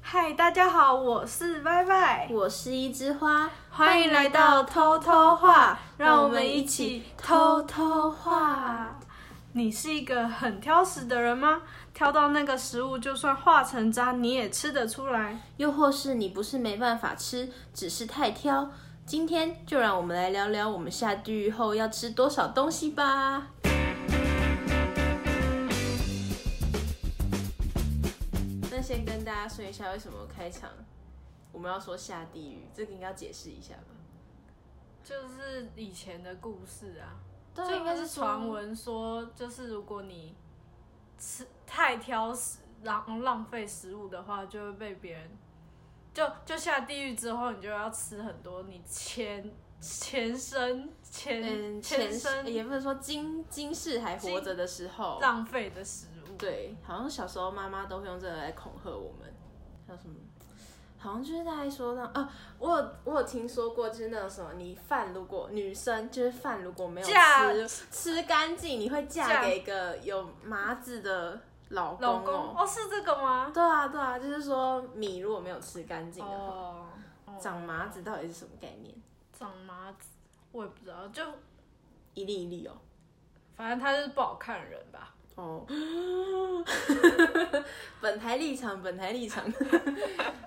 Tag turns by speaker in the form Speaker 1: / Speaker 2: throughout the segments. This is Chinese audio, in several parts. Speaker 1: 嗨，大家好，我是拜拜，
Speaker 2: 我是一枝花，
Speaker 1: 欢迎来到偷偷话，让我们一起偷偷话。你是一个很挑食的人吗？挑到那个食物，就算化成渣，你也吃得出来。
Speaker 2: 又或是你不是没办法吃，只是太挑。今天就让我们来聊聊我们下地狱后要吃多少东西吧。那先跟大家说一下，为什么开场我们要说下地狱？这个应该要解释一下吧？
Speaker 1: 就是以前的故事啊，
Speaker 2: 对啊
Speaker 1: 这应该是传。闻说，就是如果你吃太挑食，然后浪费食物的话，就会被别人就就下地狱之后，你就要吃很多你前前生前
Speaker 2: 嗯，前
Speaker 1: 生
Speaker 2: 世也不能说今今世还活着的时候，
Speaker 1: 浪费的食物。
Speaker 2: 对，好像小时候妈妈都会用这个来恐吓我们，叫什么？好像就是在说那啊，我有我有听说过，就是那种什么，你饭如果女生就是饭如果没有
Speaker 1: 嫁
Speaker 2: 吃吃干净，你会
Speaker 1: 嫁
Speaker 2: 嫁给一个有麻子的老公
Speaker 1: 老
Speaker 2: 哦。
Speaker 1: 公哦，是这个吗？
Speaker 2: 对啊对啊，就是说米如果没有吃干净的话，
Speaker 1: 哦，哦
Speaker 2: 长麻子到底是什么概念？
Speaker 1: 长麻子，我也不知道，就
Speaker 2: 一粒一粒哦。
Speaker 1: 反正他就是不好看的人吧。
Speaker 2: 哦， 本台立场，本台 立场。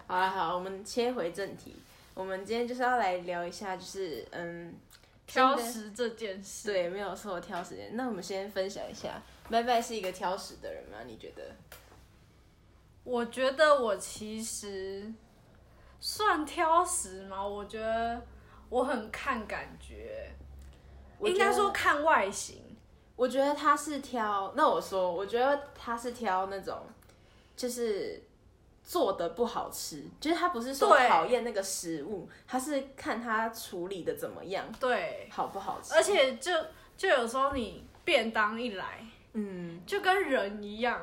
Speaker 2: 好了，好啦，我们切回正题。我们今天就是要来聊一下，就是嗯，
Speaker 1: 挑食这件事，
Speaker 2: 对，没有错，挑食。那我们先分享一下，拜拜是一个挑食的人吗？你觉得？
Speaker 1: 我觉得我其实算挑食吗？我觉得我很看感觉，
Speaker 2: 我
Speaker 1: 应
Speaker 2: 觉得
Speaker 1: 该说，看外形。
Speaker 2: 我觉得他是挑。那我说，我觉得他是挑那种，就是做的不好吃，就是他不是说
Speaker 1: 对
Speaker 2: 讨厌那个食物，他是看他处理的怎么样，
Speaker 1: 对，
Speaker 2: 好不好吃。
Speaker 1: 而且就就有时候你便当一来，
Speaker 2: 嗯。
Speaker 1: 就跟人一 样，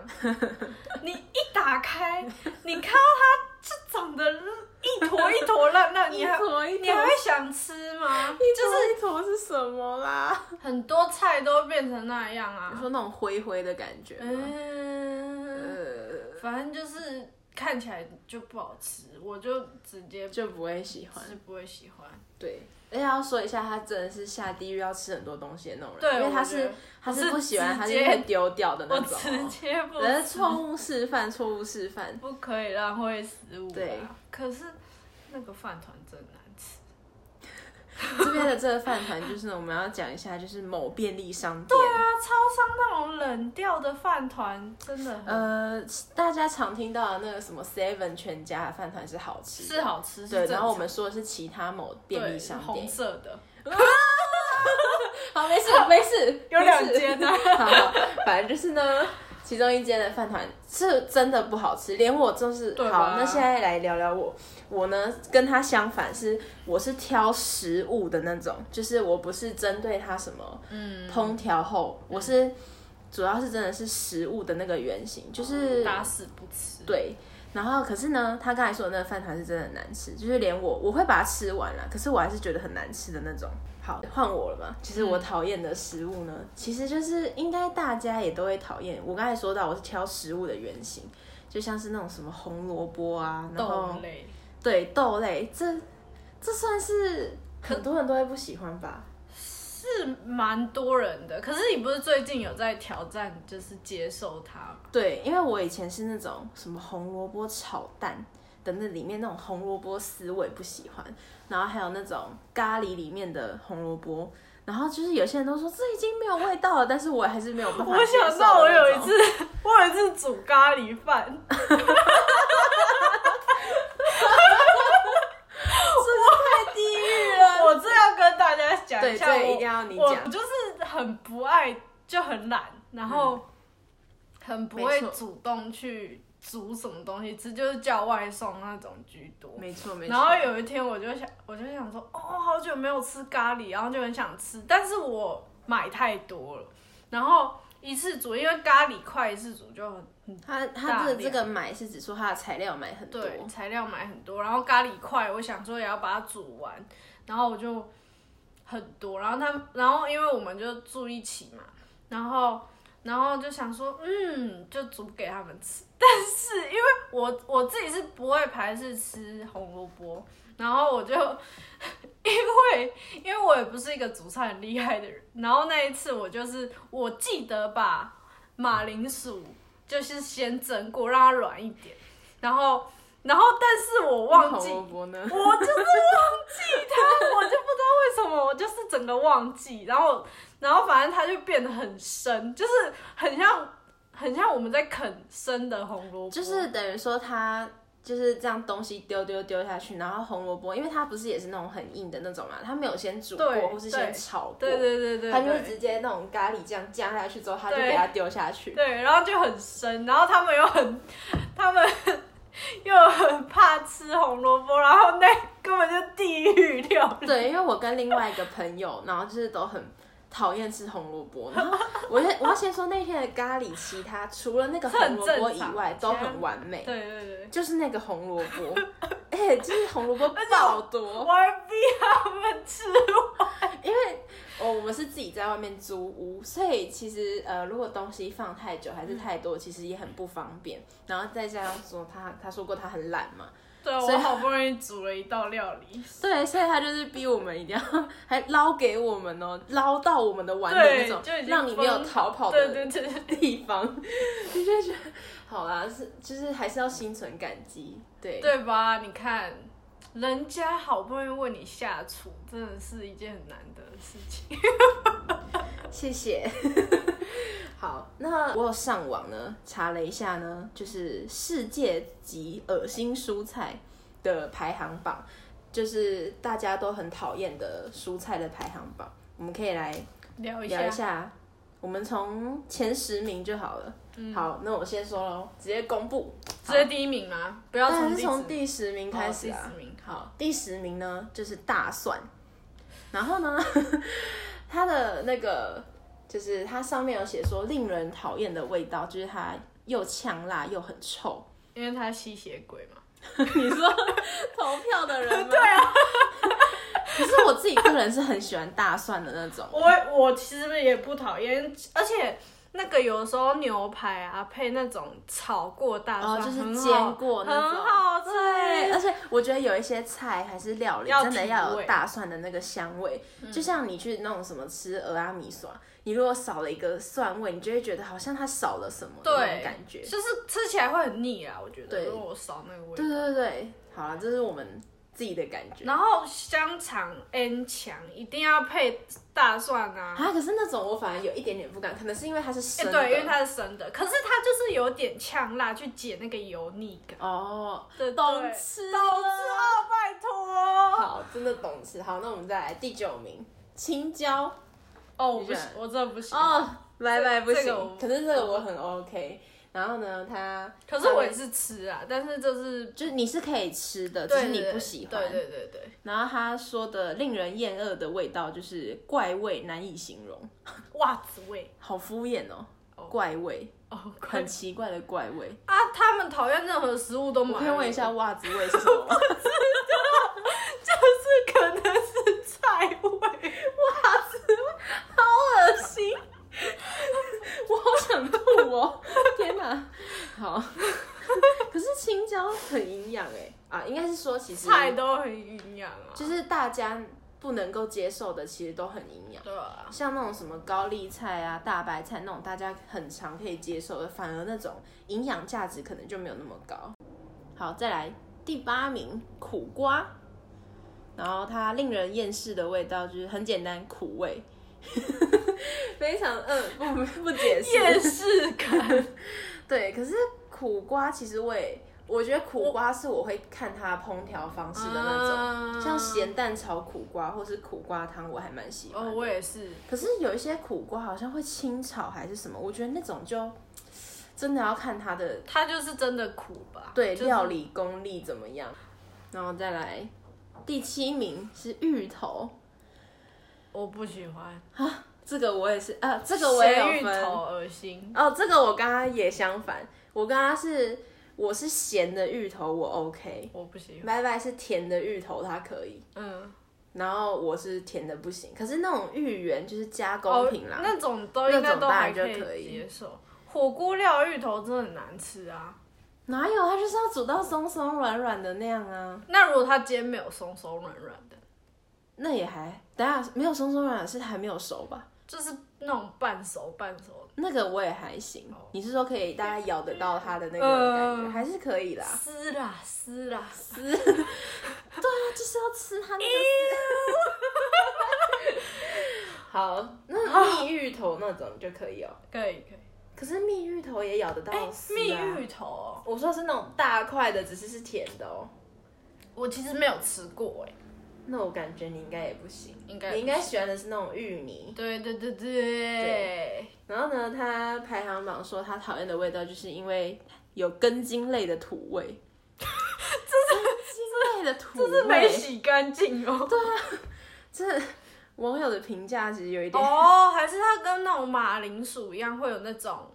Speaker 1: 你一打开，你看到它就长得一坨一坨烂 烂，你
Speaker 2: 一
Speaker 1: 还
Speaker 2: 坨一坨，
Speaker 1: 你还会想吃吗？
Speaker 2: 就是一坨是什么啦？
Speaker 1: 很多菜都变成那样
Speaker 2: 你
Speaker 1: 啊。
Speaker 2: 说那种灰灰的感觉吗？
Speaker 1: 嗯，
Speaker 2: 呃，
Speaker 1: 反正就是看起来就不好吃，我就直接
Speaker 2: 就不会喜欢。
Speaker 1: 是不会喜欢。
Speaker 2: 对，而且要说一下，他真的是下地狱要吃很多东西的那种人，
Speaker 1: 对
Speaker 2: 因为他
Speaker 1: 我觉
Speaker 2: 是
Speaker 1: 得
Speaker 2: 他
Speaker 1: 我
Speaker 2: 是
Speaker 1: 是
Speaker 2: 不喜
Speaker 1: 直
Speaker 2: 欢，他是
Speaker 1: 接
Speaker 2: 会丢掉的那
Speaker 1: 我
Speaker 2: 种
Speaker 1: 直
Speaker 2: 哦。
Speaker 1: 接不
Speaker 2: 人家
Speaker 1: 吃
Speaker 2: 错误示范，错误示 范。
Speaker 1: 不可以浪费食物吧。
Speaker 2: 对
Speaker 1: 啊可是那个饭团真难吃。
Speaker 2: 这边的这个饭团就是呢我们要讲一下，就是某便利商店。
Speaker 1: 对啊，超商那种冷掉的饭团真的很
Speaker 2: 呃，大家常听到的那个什么 Seven 全家的饭团是好吃的，
Speaker 1: 是好吃，是
Speaker 2: 对。
Speaker 1: 正
Speaker 2: 然后我
Speaker 1: 常
Speaker 2: 们说的是其他某
Speaker 1: 对
Speaker 2: 便利商店
Speaker 1: 红，色的，
Speaker 2: 好，没事没事，
Speaker 1: 有两
Speaker 2: 没事
Speaker 1: 间呢。啊
Speaker 2: 好好，反正就是呢，其中一间的饭团是真的不好吃，连我就是
Speaker 1: 对吧
Speaker 2: 好。那现在来聊聊我，我呢跟他相反是，我是挑食物的那种，就是我不是针对他什么
Speaker 1: 嗯，
Speaker 2: 烹调后，我是主要是真的是食物的那个原型，就是
Speaker 1: 打死不吃。
Speaker 2: 对。然后，可是呢，他刚才说的那个饭团是真的很难吃，就是连我我会把它吃完了，可是我还是觉得很难吃的那种。好，换我了嘛。其实我
Speaker 1: 嗯
Speaker 2: 讨厌的食物呢，其实就是应该大家也都会讨厌。我刚才说到，我是挑食物的原型，就像是那种什么红萝卜啊，然后
Speaker 1: 豆类
Speaker 2: 对豆类，这这算是很多人都会不喜欢吧？
Speaker 1: 是蛮多人的，可是你不是最近有在挑战，就是接受它吗？
Speaker 2: 对，因为我以前是那种什么红萝卜炒蛋的那里面那种红萝卜丝我也不喜欢，然后还有那种咖喱里面的红萝卜，然后就是有些人都说这已经没有味道了，但是我还是没有办法
Speaker 1: 我
Speaker 2: 接
Speaker 1: 想
Speaker 2: 受
Speaker 1: 到我
Speaker 2: 的那
Speaker 1: 有一
Speaker 2: 种
Speaker 1: 次，我有一次煮咖喱饭，
Speaker 2: 这个太地狱了，
Speaker 1: 我这要跟大家讲一
Speaker 2: 对，
Speaker 1: 下，
Speaker 2: 这
Speaker 1: 我
Speaker 2: 一定要你
Speaker 1: 我
Speaker 2: 讲，
Speaker 1: 就是很不爱，就很懒，然后很不会
Speaker 2: 嗯没错
Speaker 1: 主动去煮什么东西吃，就是叫外送那种居多。
Speaker 2: 没错没错，
Speaker 1: 然后有一天我就想，我就想说，哦，好久没有吃咖喱，然后就很想吃，但是我买太多了，然后一次煮，因为咖喱块一次煮就很
Speaker 2: 他
Speaker 1: 大
Speaker 2: 他的这
Speaker 1: 量
Speaker 2: 个买是指说他的材料买很多，
Speaker 1: 对，材料买很多，然后咖喱块，我想说也要把它煮完，然后我就很多，然后他，然后因为我们就住一起嘛，然后然后就想说，嗯，就煮给他们吃。 但是因为我我自己是不会排斥吃红萝卜，然后我就因为因为我也不是一个煮菜很厉害的人，然后那一次我就是我记得把马铃薯就是先蒸过，让它软一点，然后然后但是我忘记
Speaker 2: 红萝卜呢？
Speaker 1: 我就是忘记它，我就不知道为什么，我就是整个忘记，然后然后反正它就变得很生，就是很像很像我们在啃生的红萝卜，
Speaker 2: 就是等于说它就是这样东西丢丢丢下去，然后红萝卜，因为它不是也是那种很硬的那种嘛，它没有先煮过
Speaker 1: 对
Speaker 2: 或是先炒过，
Speaker 1: 对对对对，
Speaker 2: 它就是
Speaker 1: 对
Speaker 2: 直接那种咖喱酱酱下去之后，它就
Speaker 1: 对
Speaker 2: 给它丢下去。
Speaker 1: 对，然后就很生，然后他们又很他们 又很怕吃红萝卜，然后那根本就地狱料理，
Speaker 2: 对，因为我跟另外一个朋友，然后就是都很讨厌吃红萝卜。然后我先我要先说那天的咖喱，其他除了那个
Speaker 1: 这很
Speaker 2: 红萝卜
Speaker 1: 正
Speaker 2: 以
Speaker 1: 常
Speaker 2: 外都
Speaker 1: 其他
Speaker 2: 很完美，
Speaker 1: 对对对。
Speaker 2: 就是那个红萝卜， 哎、就是红萝卜爆多
Speaker 1: 我。还逼他们吃，
Speaker 2: 因为哦我我们是自己在外面租屋，所以其实呃，如果东西放太久还
Speaker 1: 嗯
Speaker 2: 是太多，其实也很不方便。然后再加上说他他说过他很懒嘛，
Speaker 1: 对
Speaker 2: 所以
Speaker 1: 我好不容易煮了一道料理，
Speaker 2: 对，所以他就是逼我们一定要还捞给我们哦，捞到我们的碗里
Speaker 1: 对
Speaker 2: 那种
Speaker 1: 就已，经
Speaker 2: 让你没有逃跑
Speaker 1: 对
Speaker 2: 的
Speaker 1: 对对对
Speaker 2: 地方， 你就觉得好啦，是就是还是要心存感激，对。
Speaker 1: 对吧？你看，人家好不容易为你下厨，真的是一件很难得的事情。
Speaker 2: 谢谢。 好，那我有上网呢查了一下呢，就是世界级恶心蔬菜的排行榜，就是大家都很讨厌的蔬菜的排行榜。我们可以来
Speaker 1: 聊一下，
Speaker 2: 聊一下，我们从前十名就好了。
Speaker 1: 嗯
Speaker 2: 好，那我先说喽，直接公布，
Speaker 1: 直接第一名吗？不要
Speaker 2: 当然
Speaker 1: 嗯从
Speaker 2: 是
Speaker 1: 第
Speaker 2: 从
Speaker 1: 第
Speaker 2: 第十名开始啊。
Speaker 1: 第十名，
Speaker 2: 好，第十名呢就是大蒜，然后呢， 它的那个就是它上面有写说令人讨厌的味道，就是它又呛辣又很臭。
Speaker 1: 因为他吸血鬼嘛。
Speaker 2: 你说投票的人吗？对啊。 可是我自己个人是很喜欢大蒜的那种，
Speaker 1: 我我其实也不讨厌，而且。那个有时候牛排啊，配那种炒过大蒜，
Speaker 2: 哦就是
Speaker 1: 很好
Speaker 2: 煎过那种
Speaker 1: 很好吃。
Speaker 2: 对，而且我觉得有一些菜还是料理，
Speaker 1: 嗯要
Speaker 2: 真的
Speaker 1: 提
Speaker 2: 要有
Speaker 1: 味嗯
Speaker 2: 大蒜的那个香味。就像你去那种什么吃俄阿米刷，你如果少了一个蒜味，你就会觉得好像它少了什么那种
Speaker 1: 对，
Speaker 2: 感觉。
Speaker 1: 就是吃起来会很腻啊，我觉得。
Speaker 2: 对
Speaker 1: 如果我烧那个味道。
Speaker 2: 对对对，好了，这是我们自己的感觉。
Speaker 1: 然后香肠 N 强一定要配大蒜啊，
Speaker 2: 啊，可是那种我反而有一点点不敢，可能是因为它是
Speaker 1: 哎
Speaker 2: 生的。
Speaker 1: 对，因为它是生的，可是它就是有点呛辣，去解那个油腻感。
Speaker 2: 哦，
Speaker 1: 对，
Speaker 2: 懂
Speaker 1: 对
Speaker 2: 吃
Speaker 1: 懂吃
Speaker 2: 了
Speaker 1: 哦，拜托。
Speaker 2: 好，真的懂吃。好，那我们再来第九名，青椒。
Speaker 1: 哦，我
Speaker 2: 你
Speaker 1: 不
Speaker 2: 选
Speaker 1: 行，我真的不行。
Speaker 2: 哦，拜拜，不
Speaker 1: 这
Speaker 2: 行
Speaker 1: 个我。哦
Speaker 2: 可是这个我很 OK。然后呢，它
Speaker 1: 可是我也是吃啊，但是就是
Speaker 2: 就是你是可以吃的，只
Speaker 1: 对
Speaker 2: 是你
Speaker 1: 对
Speaker 2: 不喜欢。
Speaker 1: 对对对对，
Speaker 2: 然后他说的令人厌恶的味道就是怪味，难以形容，
Speaker 1: 袜子味
Speaker 2: 好敷衍哦。
Speaker 1: 哦
Speaker 2: 怪味，
Speaker 1: 哦，快
Speaker 2: 很奇怪的怪味。
Speaker 1: 啊！他们讨厌任何食物都
Speaker 2: 我
Speaker 1: 买。
Speaker 2: 可以问一下，袜子味是什么吗？
Speaker 1: 就是可能是菜味。
Speaker 2: 好恶心，我好想吐哦！天哪，好。可是青椒很营养哎，啊，应该是说其实
Speaker 1: 菜都很营养啊，
Speaker 2: 就是大家不能够接受的，其实都很营养。
Speaker 1: 对啊，
Speaker 2: 像那种什么高丽菜啊、大白菜那种大家很常可以接受的，反而那种营养价值可能就没有那么高。好，再来第八名苦瓜，然后它令人厌世的味道就是很简单苦味， 非常嗯不不解释。
Speaker 1: 夜市感。
Speaker 2: 对，可是苦瓜其实我也我觉得苦瓜是我会看它烹调方式的那种，
Speaker 1: 种
Speaker 2: 像咸蛋炒苦瓜或是苦瓜汤，我还蛮喜欢的。
Speaker 1: 哦，我也是，
Speaker 2: 可是有一些苦瓜好像会清炒还是什么，我觉得那种就真的要看它的
Speaker 1: 它就是真的苦吧？
Speaker 2: 对、
Speaker 1: 就是
Speaker 2: 料理功力怎么样。然后再来第七名是芋头，
Speaker 1: 我不喜欢，
Speaker 2: 这个我也是啊，这个我也
Speaker 1: 咸
Speaker 2: 有
Speaker 1: 芋
Speaker 2: 分
Speaker 1: 头恶心，
Speaker 2: 哦，这个我跟他也相反，我跟他是我是咸的芋头我 OK，
Speaker 1: 我不喜欢。
Speaker 2: 拜拜是甜的芋头它可以，
Speaker 1: 嗯，
Speaker 2: 然后我是甜的不行。可是那种芋圆就是加
Speaker 1: 哦
Speaker 2: 工品啦，
Speaker 1: 那种都应
Speaker 2: 那
Speaker 1: 该
Speaker 2: 种
Speaker 1: 都
Speaker 2: 当然
Speaker 1: 还
Speaker 2: 就可
Speaker 1: 以
Speaker 2: 以
Speaker 1: 接受。火锅料芋头真的很难吃啊。
Speaker 2: 哪有？它就是要煮到松松软软的那样啊。
Speaker 1: 那如果它今天没有松松软软的，
Speaker 2: 那也还，等一下没有松松软软是还没有熟吧？
Speaker 1: 就是那种半熟半熟
Speaker 2: 那个我也还行。你是说可以大家咬得到它的那个
Speaker 1: 嗯
Speaker 2: 感觉，还是可以啦
Speaker 1: 的，。撕啦撕啦撕。
Speaker 2: 那就是要吃它那个。 好，
Speaker 1: 啊
Speaker 2: 那蜜芋头那种就可以哦。
Speaker 1: 可以可以。
Speaker 2: 可是蜜芋头也咬得到丝、啊
Speaker 1: 哎蜜芋头哦、
Speaker 2: 我说是那种大块的，只是是甜的哦。
Speaker 1: 我其实没有吃过哎、
Speaker 2: 那我感觉你应该也不行，
Speaker 1: 应该
Speaker 2: 你应该喜欢的是那种芋泥。
Speaker 1: 对对对对。
Speaker 2: 然后呢，他排行榜说他讨厌的味道，就是因为有根茎类的土味。这是根茎类的土味，
Speaker 1: 是没洗干净哦。 对。
Speaker 2: 这网友的评价其实有一点，
Speaker 1: 哦，还是它跟那种马铃薯一样，会有那种，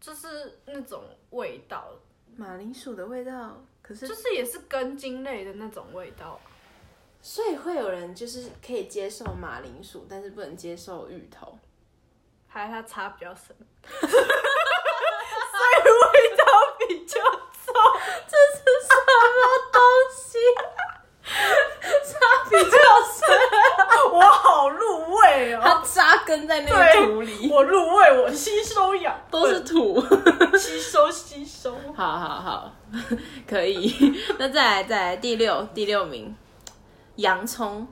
Speaker 1: 就是那种味道，
Speaker 2: 马铃薯的味道，可是
Speaker 1: 就是也是根茎类的那种味道。
Speaker 2: 所以会有人就是可以接受马铃薯，但是不能接受芋头。
Speaker 1: 还是它擦比较深，所以味道比较重。
Speaker 2: 这是什么东西？ 差比较 深，
Speaker 1: 我好入味哦！
Speaker 2: 它扎根在那
Speaker 1: 对
Speaker 2: 个土里，
Speaker 1: 我入味，我吸收养分
Speaker 2: 都是土。
Speaker 1: 吸收吸收。
Speaker 2: 好好好， 可以。 那再来再来第六第六名，洋葱。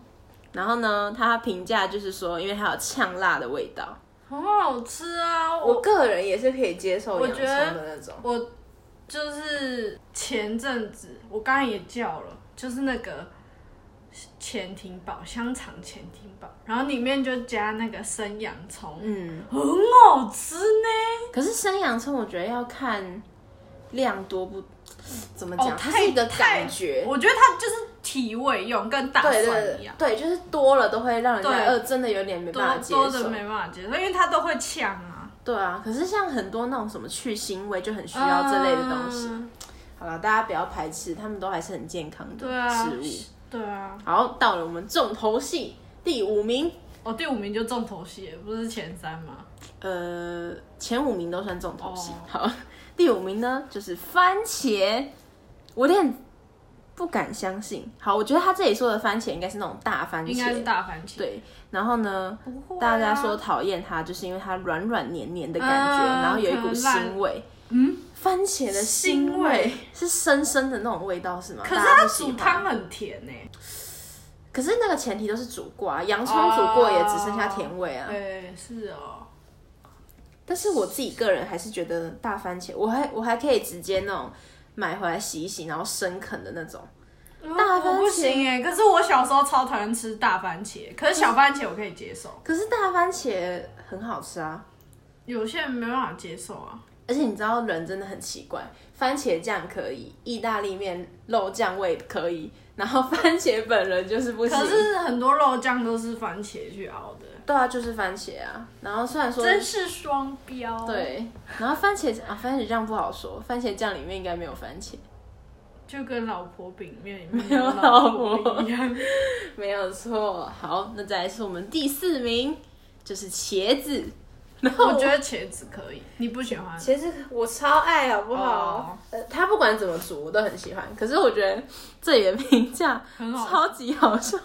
Speaker 2: 然后呢，他评价就是说，因为它有呛辣的味道。
Speaker 1: 很好吃啊！
Speaker 2: 我
Speaker 1: 我
Speaker 2: 个人也是可以接受
Speaker 1: 我
Speaker 2: 洋葱
Speaker 1: 觉得
Speaker 2: 的那种。
Speaker 1: 我就是前阵子，我刚刚也叫了，就是那个潜艇堡香肠潜艇堡，然后里面就加那个生洋葱，
Speaker 2: 嗯，
Speaker 1: 很好吃呢。
Speaker 2: 可是生洋葱我觉得要看量多不，怎么讲？
Speaker 1: 哦
Speaker 2: 它
Speaker 1: 太
Speaker 2: 是一个
Speaker 1: 太
Speaker 2: 感觉。
Speaker 1: 我觉得它就是提味用，跟大
Speaker 2: 对
Speaker 1: 蒜一
Speaker 2: 对
Speaker 1: 样。
Speaker 2: 对，就是多了都会让人家
Speaker 1: 对
Speaker 2: 呃真的有点没
Speaker 1: 多
Speaker 2: 办法接
Speaker 1: 多的
Speaker 2: 受。
Speaker 1: 没办法接受，因为它都会呛啊，
Speaker 2: 对啊，可是像很多那种什么去腥味就很需要这类的东西。
Speaker 1: 嗯
Speaker 2: 好了，大家不要排斥，他们都还是很健康的
Speaker 1: 对啊
Speaker 2: 食物。，
Speaker 1: 对啊。
Speaker 2: 好，到了我们重头戏第五名，
Speaker 1: 哦，第五名就重头戏了，不是前三吗？
Speaker 2: 呃，前五名都算重头戏。
Speaker 1: 哦
Speaker 2: 好，第五名呢就是番茄，我有点不敢相信。好，我觉得他这里说的番茄应该是那种大番
Speaker 1: 应该是
Speaker 2: 茄，
Speaker 1: 大番茄。
Speaker 2: 对。然后呢，
Speaker 1: 不会啊
Speaker 2: 大家说讨厌它，就是因为它软软黏黏的感觉，
Speaker 1: 嗯
Speaker 2: 然后有一股腥味。嗯，番茄的腥
Speaker 1: 腥味
Speaker 2: 是生生的那种味道是吗？
Speaker 1: 可是
Speaker 2: 大家
Speaker 1: 它
Speaker 2: 都喜
Speaker 1: 煮
Speaker 2: 欢
Speaker 1: 汤很甜欸呢、
Speaker 2: 可是那个前提都是煮过啊，洋葱煮过也只剩下甜味啊。
Speaker 1: 对，是哦。
Speaker 2: 但是我自己个人还是觉得大番茄，我还我还可以直接那种买回来洗一洗，然后生啃的那种。大番茄
Speaker 1: 我不行哎、可是我小时候超讨厌吃大番茄，可是小番茄我可以接受，
Speaker 2: 可是大番茄很好吃啊，
Speaker 1: 有些人没办法接受啊。
Speaker 2: 而且你知道人真的很奇怪，番茄酱可以，意大利面肉酱味可以，然后番茄本人就是不行
Speaker 1: 可。是很多肉酱都是番茄去熬的，
Speaker 2: 对啊，就是番茄啊。然后虽然说
Speaker 1: 真是双标。，
Speaker 2: 对，然后番茄啊，番茄酱不好说，番茄酱里面应该没有番茄。
Speaker 1: 就跟老婆饼面里面有老婆一样。
Speaker 2: 没有错，好，那再来是我们第四名，就是茄子。 然后
Speaker 1: 我觉得茄子可以，你不喜欢？
Speaker 2: 茄子我超爱，好不
Speaker 1: 好
Speaker 2: 呃，它不管怎么煮我都很喜欢。可是我觉得这里的评价
Speaker 1: 很好
Speaker 2: 超级好 笑，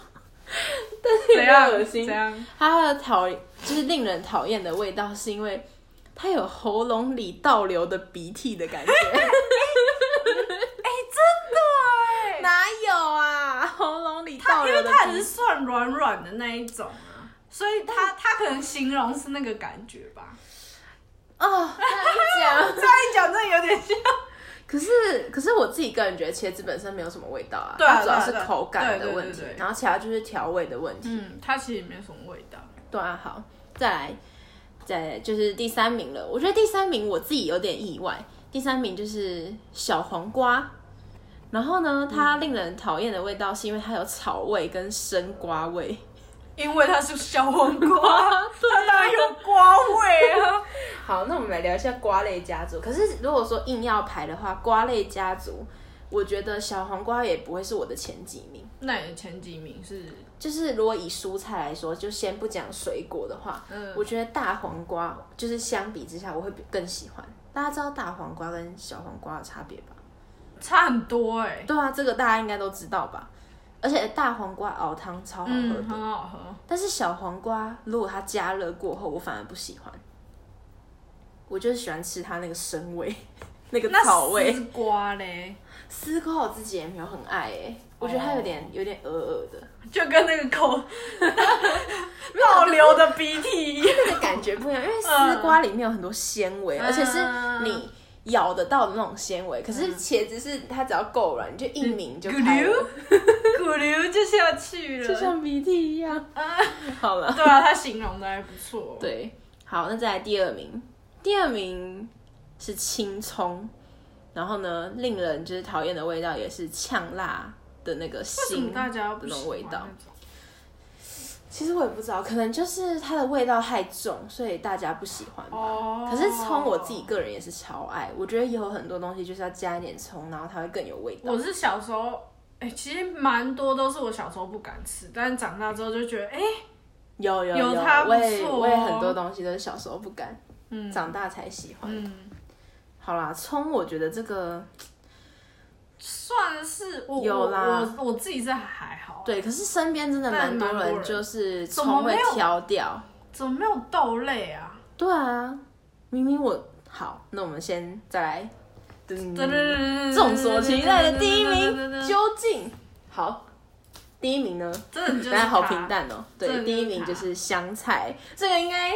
Speaker 1: 怎样？
Speaker 2: 有点恶心
Speaker 1: 怎 样？
Speaker 2: 它的讨就是令人讨厌的味道，是因为它有喉咙里倒流的鼻涕的感觉。
Speaker 1: 哎、
Speaker 2: 欸
Speaker 1: 真的哎、
Speaker 2: 哪有啊？喉咙里倒
Speaker 1: 它因
Speaker 2: 流
Speaker 1: 为
Speaker 2: 的
Speaker 1: 它
Speaker 2: 鼻
Speaker 1: 也是
Speaker 2: 涕，
Speaker 1: 算软软的那一种啊，所以它它可能形容是那个感觉吧。
Speaker 2: 哦，这样一 讲。
Speaker 1: 这样一讲，真的有点像。
Speaker 2: 可是，可是我自己个人觉得茄子本身没有什么味道啊，
Speaker 1: 对啊
Speaker 2: 它主要是
Speaker 1: 对啊对啊
Speaker 2: 口感的
Speaker 1: 对对
Speaker 2: 问题
Speaker 1: 对对，对
Speaker 2: 然后其他就是调味的问题。
Speaker 1: 嗯，它其实没什么味道。
Speaker 2: 对啊，好，再来，再来就是第三名了。我觉得第三名我自己有点意外，第三名就是小黄瓜。然后呢，它令人讨厌的味道是因为它有草味跟生瓜味。
Speaker 1: 因为它是小黄
Speaker 2: 啊
Speaker 1: 瓜，它哪有瓜味啊？
Speaker 2: 好，那我们来聊一下瓜类家族。可是如果说硬要排的话，瓜类家族，我觉得小黄瓜也不会是我的前几名。
Speaker 1: 那你的前几名是
Speaker 2: 就是如果以蔬菜来说，就先不讲水果的话，
Speaker 1: 嗯
Speaker 2: 我觉得大黄瓜就是相比之下，我会比更喜欢。大家知道大黄瓜跟小黄瓜的差别吧？
Speaker 1: 差很多哎、
Speaker 2: 对啊，这个大家应该都知道吧？而且大黄瓜熬汤超好喝的，
Speaker 1: 嗯，很好喝。
Speaker 2: 但是小黄瓜如果它加热过后，我反而不喜欢。我就是喜欢吃它那个生味， 那个
Speaker 1: 那
Speaker 2: 草味。
Speaker 1: 丝瓜嘞，
Speaker 2: 丝瓜我自己也没有很爱哎、我觉得它有点有点恶恶的，
Speaker 1: 就跟那个 口
Speaker 2: 啊
Speaker 1: 倒流的鼻涕一样。
Speaker 2: 那个感觉不一样，因为
Speaker 1: 嗯
Speaker 2: 丝瓜里面有很多纤维，而且是你咬得到的那种纤维。可
Speaker 1: 嗯
Speaker 2: 是茄子是它只要够软，你就一抿就
Speaker 1: 咕
Speaker 2: 开
Speaker 1: 噜
Speaker 2: 了，
Speaker 1: 咕噜就下去了。
Speaker 2: 就像鼻涕一样。 好了，
Speaker 1: 对啊，他形容的还不错。
Speaker 2: 对，好，那再来第二名，第二名是青葱，然后呢，令人就是讨厌的味道也是呛辣的那个
Speaker 1: 为什么
Speaker 2: 腥
Speaker 1: 大家不喜
Speaker 2: 那
Speaker 1: 欢
Speaker 2: 种味道
Speaker 1: 那。种
Speaker 2: 其实我也不知道，可能就是它的味道太重，所以大家不喜欢吧。
Speaker 1: 哦，
Speaker 2: 可是葱我自己，个人也是超爱，我觉得有很多东西就是要加一点葱，然后它会更有味道。
Speaker 1: 我是小时候，哎、其实蛮多都是我小时候不敢吃，但是长大之后就觉得，哎、
Speaker 2: 有有
Speaker 1: 有它不
Speaker 2: 我也
Speaker 1: 错
Speaker 2: 我也
Speaker 1: 哦
Speaker 2: 很多东西都是小时候不敢，
Speaker 1: 嗯
Speaker 2: 长大才喜欢。
Speaker 1: 嗯，
Speaker 2: 好啦，葱我觉得这个
Speaker 1: 算是我
Speaker 2: 有啦
Speaker 1: 我我我自己是还好，
Speaker 2: 对，可是身边真的蛮多人就是
Speaker 1: 但蛮
Speaker 2: 葱
Speaker 1: 多
Speaker 2: 会
Speaker 1: 人
Speaker 2: 挑掉。
Speaker 1: 怎么没有豆类啊？
Speaker 2: 对啊，明明我好，那我们先再来。噔众
Speaker 1: 众
Speaker 2: 所期待的第一名究竟好？第一名呢？
Speaker 1: 真的 就是
Speaker 2: 大家好
Speaker 1: 它
Speaker 2: 平，淡哦。
Speaker 1: 真
Speaker 2: 对，
Speaker 1: 的
Speaker 2: 第一
Speaker 1: 就是
Speaker 2: 名
Speaker 1: 它
Speaker 2: 就是香菜，这个应该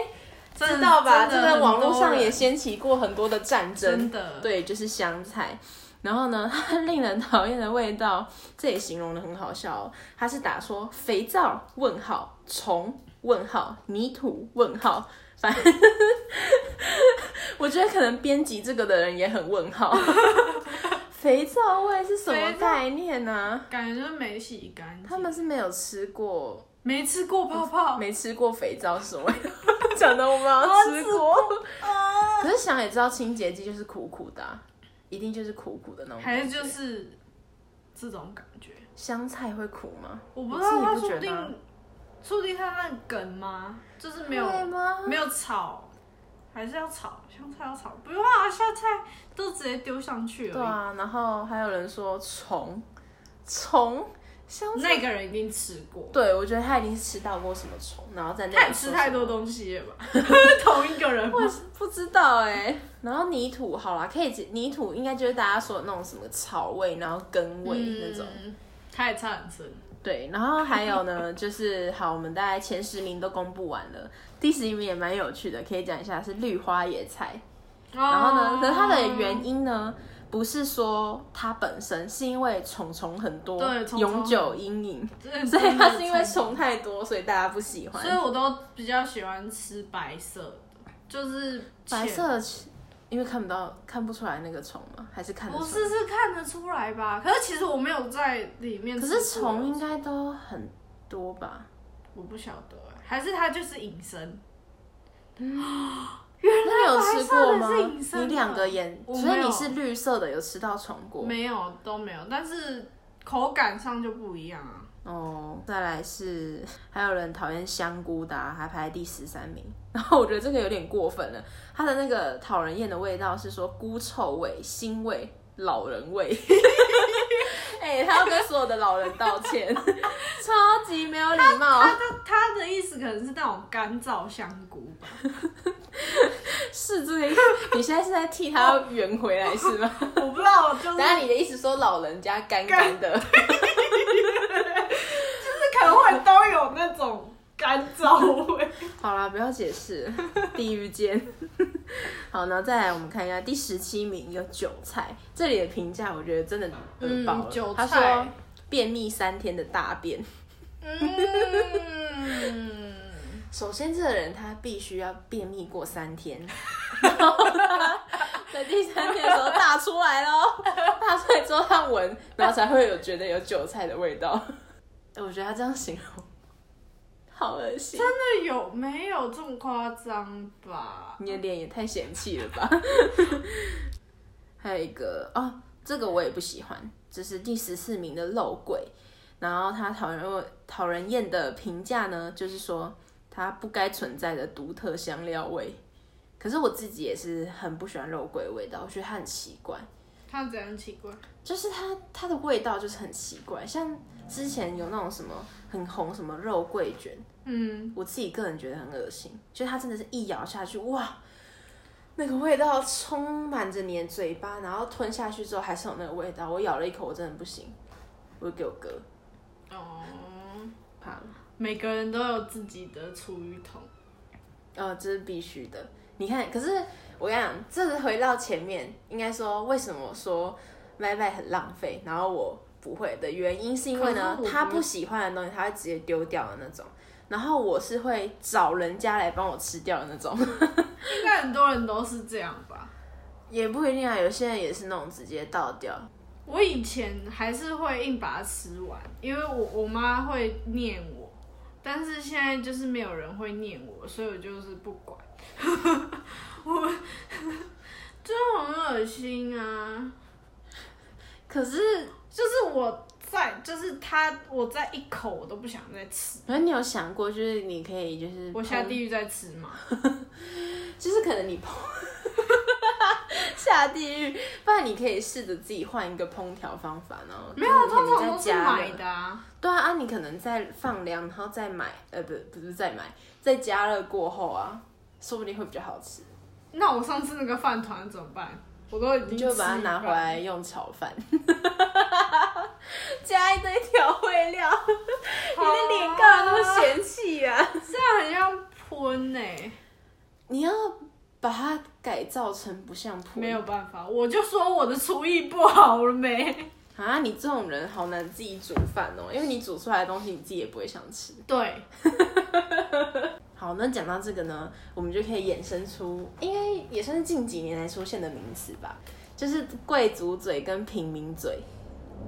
Speaker 1: 真的
Speaker 2: 知道吧？这
Speaker 1: 真的很
Speaker 2: 个
Speaker 1: 多
Speaker 2: 网络上
Speaker 1: 人
Speaker 2: 也掀起过很多的战争
Speaker 1: 真。的，
Speaker 2: 对，就是香菜。然后呢， 它令人讨厌的味道，这也形容的很好笑、哦。它是打说肥皂问号虫问号泥土问号，反正 我觉得可能编辑这个的人也很 问号。肥皂味是什么
Speaker 1: 肥皂嗯
Speaker 2: 概念呢、啊？
Speaker 1: 感觉就是没洗干净，
Speaker 2: 他们是没有吃过，
Speaker 1: 没吃过泡泡，
Speaker 2: 没吃过肥皂是什么味道？ 讲的我们好像吃过，
Speaker 1: 啊
Speaker 2: 可是想也知道清洁剂就是苦苦的啊、一定就是苦苦的那种感觉。
Speaker 1: 还是就是这种感觉，
Speaker 2: 香菜会苦吗？
Speaker 1: 我不知道它
Speaker 2: 你自
Speaker 1: 说
Speaker 2: 己
Speaker 1: 不
Speaker 2: 不觉得啊吗
Speaker 1: 定，说不定它那个梗吗？就是没有
Speaker 2: 会吗？
Speaker 1: 没有炒，还是要炒香菜要炒，不用啊，香菜都直接丢上去
Speaker 2: 对
Speaker 1: 而
Speaker 2: 啊，然后还有人说虫，虫香
Speaker 1: 已。
Speaker 2: 菜，
Speaker 1: 那个人一定吃过，
Speaker 2: 对我觉得他一定是吃到过什么虫，然后在那
Speaker 1: 他也
Speaker 2: 里
Speaker 1: 吃
Speaker 2: 说
Speaker 1: 太
Speaker 2: 什么
Speaker 1: 多东西了吧？ 同一个人吗？
Speaker 2: 不知道哎、然后泥土好啦，可以解泥土应该就是大家说的那种什么草味，然后根味那种。
Speaker 1: 嗯，他也差很深。
Speaker 2: 对，然后还有呢， 就是好，我们大概前十名都公布完了，第十一名也蛮有趣的，可以讲一下是绿花野菜。然
Speaker 1: 然
Speaker 2: 后呢，可是它的原因呢，不是说它本身，是因为虫虫很多
Speaker 1: 对，虫虫
Speaker 2: 永久阴影，
Speaker 1: 因
Speaker 2: 所以它是因为虫太多，所以大家不喜欢
Speaker 1: 所以。我都比较喜欢吃白色的，就是
Speaker 2: 白
Speaker 1: 浅，
Speaker 2: 色的其，因为看不到，看不出来那个虫吗？还是看得
Speaker 1: 不
Speaker 2: 出
Speaker 1: 是是看得出来吧？可是其实我没有在里面
Speaker 2: 来？
Speaker 1: 吃
Speaker 2: 可
Speaker 1: 过，
Speaker 2: 是虫应该都很多吧？
Speaker 1: 我不晓得欸，还是它就是隐身。
Speaker 2: 那你有吃过
Speaker 1: 白色
Speaker 2: 吗
Speaker 1: 的是隐？身
Speaker 2: 你
Speaker 1: 的
Speaker 2: 两个眼，
Speaker 1: 我
Speaker 2: 所
Speaker 1: 没
Speaker 2: 以
Speaker 1: 有
Speaker 2: 你是绿色的，有吃到虫过？
Speaker 1: 没有都没有，但是口感上就不一样啊。
Speaker 2: 哦，再来是 还有人讨厌香菇的、啊，还排第十三名。 然后我觉得这个有点过分了，它的那个讨人厌的味道是说菇臭味、腥味、老人味。 哎、他要跟所有的老人道歉， 超级没有礼貌。
Speaker 1: 那它的意思可能是那种干燥香菇吧？
Speaker 2: 是这个意思？你现在是在替他圆回来是吗？
Speaker 1: 我不知道，就是
Speaker 2: 等下你的意思说老人家干干的，
Speaker 1: 就是可能会都有那种干燥 味。
Speaker 2: 好啦，不要解释， 地狱间。 好，然后再来我们看一下第十七名有韭菜，这里的评价我觉得真的很爆了、
Speaker 1: 嗯韭
Speaker 2: 他
Speaker 1: 菜
Speaker 2: 说便秘三天的大便。
Speaker 1: 嗯，
Speaker 2: 首先，这个人他必须要便秘过三天，然后他 在第三天的时候大出来咯， 大出来之后他闻，然后才会有觉得有韭菜的味道。哎 我觉得他这样形容好恶心，
Speaker 1: 真的有没有这么夸张吧？
Speaker 2: 你的脸也太嫌弃了吧！还有一个哦，这个我也不喜欢，就是第十四名的肉桂。然后他讨人讨人厌的评价呢，就是说它不该存在的独特香料味。可是我自己也是很不喜欢肉桂的味道，我觉得它很奇怪，
Speaker 1: 它怎样奇怪？
Speaker 2: 就是它它的味道就是很奇怪。像之前有那种什么很红什么肉桂卷，
Speaker 1: 嗯，
Speaker 2: 我自己个人觉得很恶心，就是它真的是一咬下去，哇，那个味道充满着你的嘴巴，然后吞下去之后还是有那个味道。我咬了一口，我真的不行，我就给我哥
Speaker 1: 哦，
Speaker 2: 怕了。
Speaker 1: 每个人都有自己的厨余桶。
Speaker 2: 呃，这是必须的。你看，可是我跟你讲，这是回到前面，应该说为什么说麦麦很浪费，然后我不会的原因是因为呢
Speaker 1: 可是我，不
Speaker 2: 他不喜欢的东西他会直接丢掉的那种，然后我是会找人家来帮我吃掉的那种，
Speaker 1: 应该很多人都是这样吧。
Speaker 2: 也不一定啊，有些人也是那种直接倒掉。
Speaker 1: 我以前还是会硬把它吃完，因为我我妈会念我，但是现在就是没有人会念我，所以我就是不管。 我就很恶心啊！
Speaker 2: 可是，
Speaker 1: 就是我在，就是它，我在一口我都不想再吃。
Speaker 2: 可是你有想过，就是你可以就是
Speaker 1: 我下
Speaker 2: 烹
Speaker 1: 地狱再吃嘛？
Speaker 2: 就是可能你烹 下地狱，不然你可以试着自己换一个烹调方法，然后
Speaker 1: 没有，啊
Speaker 2: 可能
Speaker 1: 通常都
Speaker 2: 嗯
Speaker 1: 是
Speaker 2: 你在加热
Speaker 1: 买的啊。
Speaker 2: 对啊，啊你可能再放凉，然后再买，呃，不，不是再买，再加热过后啊，说不定会比较好吃。
Speaker 1: 那我上次那个饭团怎么办？我都已经
Speaker 2: 你就把它
Speaker 1: 吃一
Speaker 2: 拿
Speaker 1: 半
Speaker 2: 回来用炒饭， 加一堆调味料，
Speaker 1: 哦
Speaker 2: 你
Speaker 1: 啊
Speaker 2: 的脸干嘛那么嫌弃啊？
Speaker 1: 这样很像喷呢、欸
Speaker 2: 你要把它改造成不像普
Speaker 1: 没有办法，我就说我的厨艺不好了没？
Speaker 2: 啊，你这种人好难自己煮饭哦，因为你煮出来的东西你自己也不会想吃。
Speaker 1: 对，
Speaker 2: 好，那讲到这个呢，我们就可以衍生出，应该也算是近几年来出现的名词吧，就是贵族嘴跟平民嘴。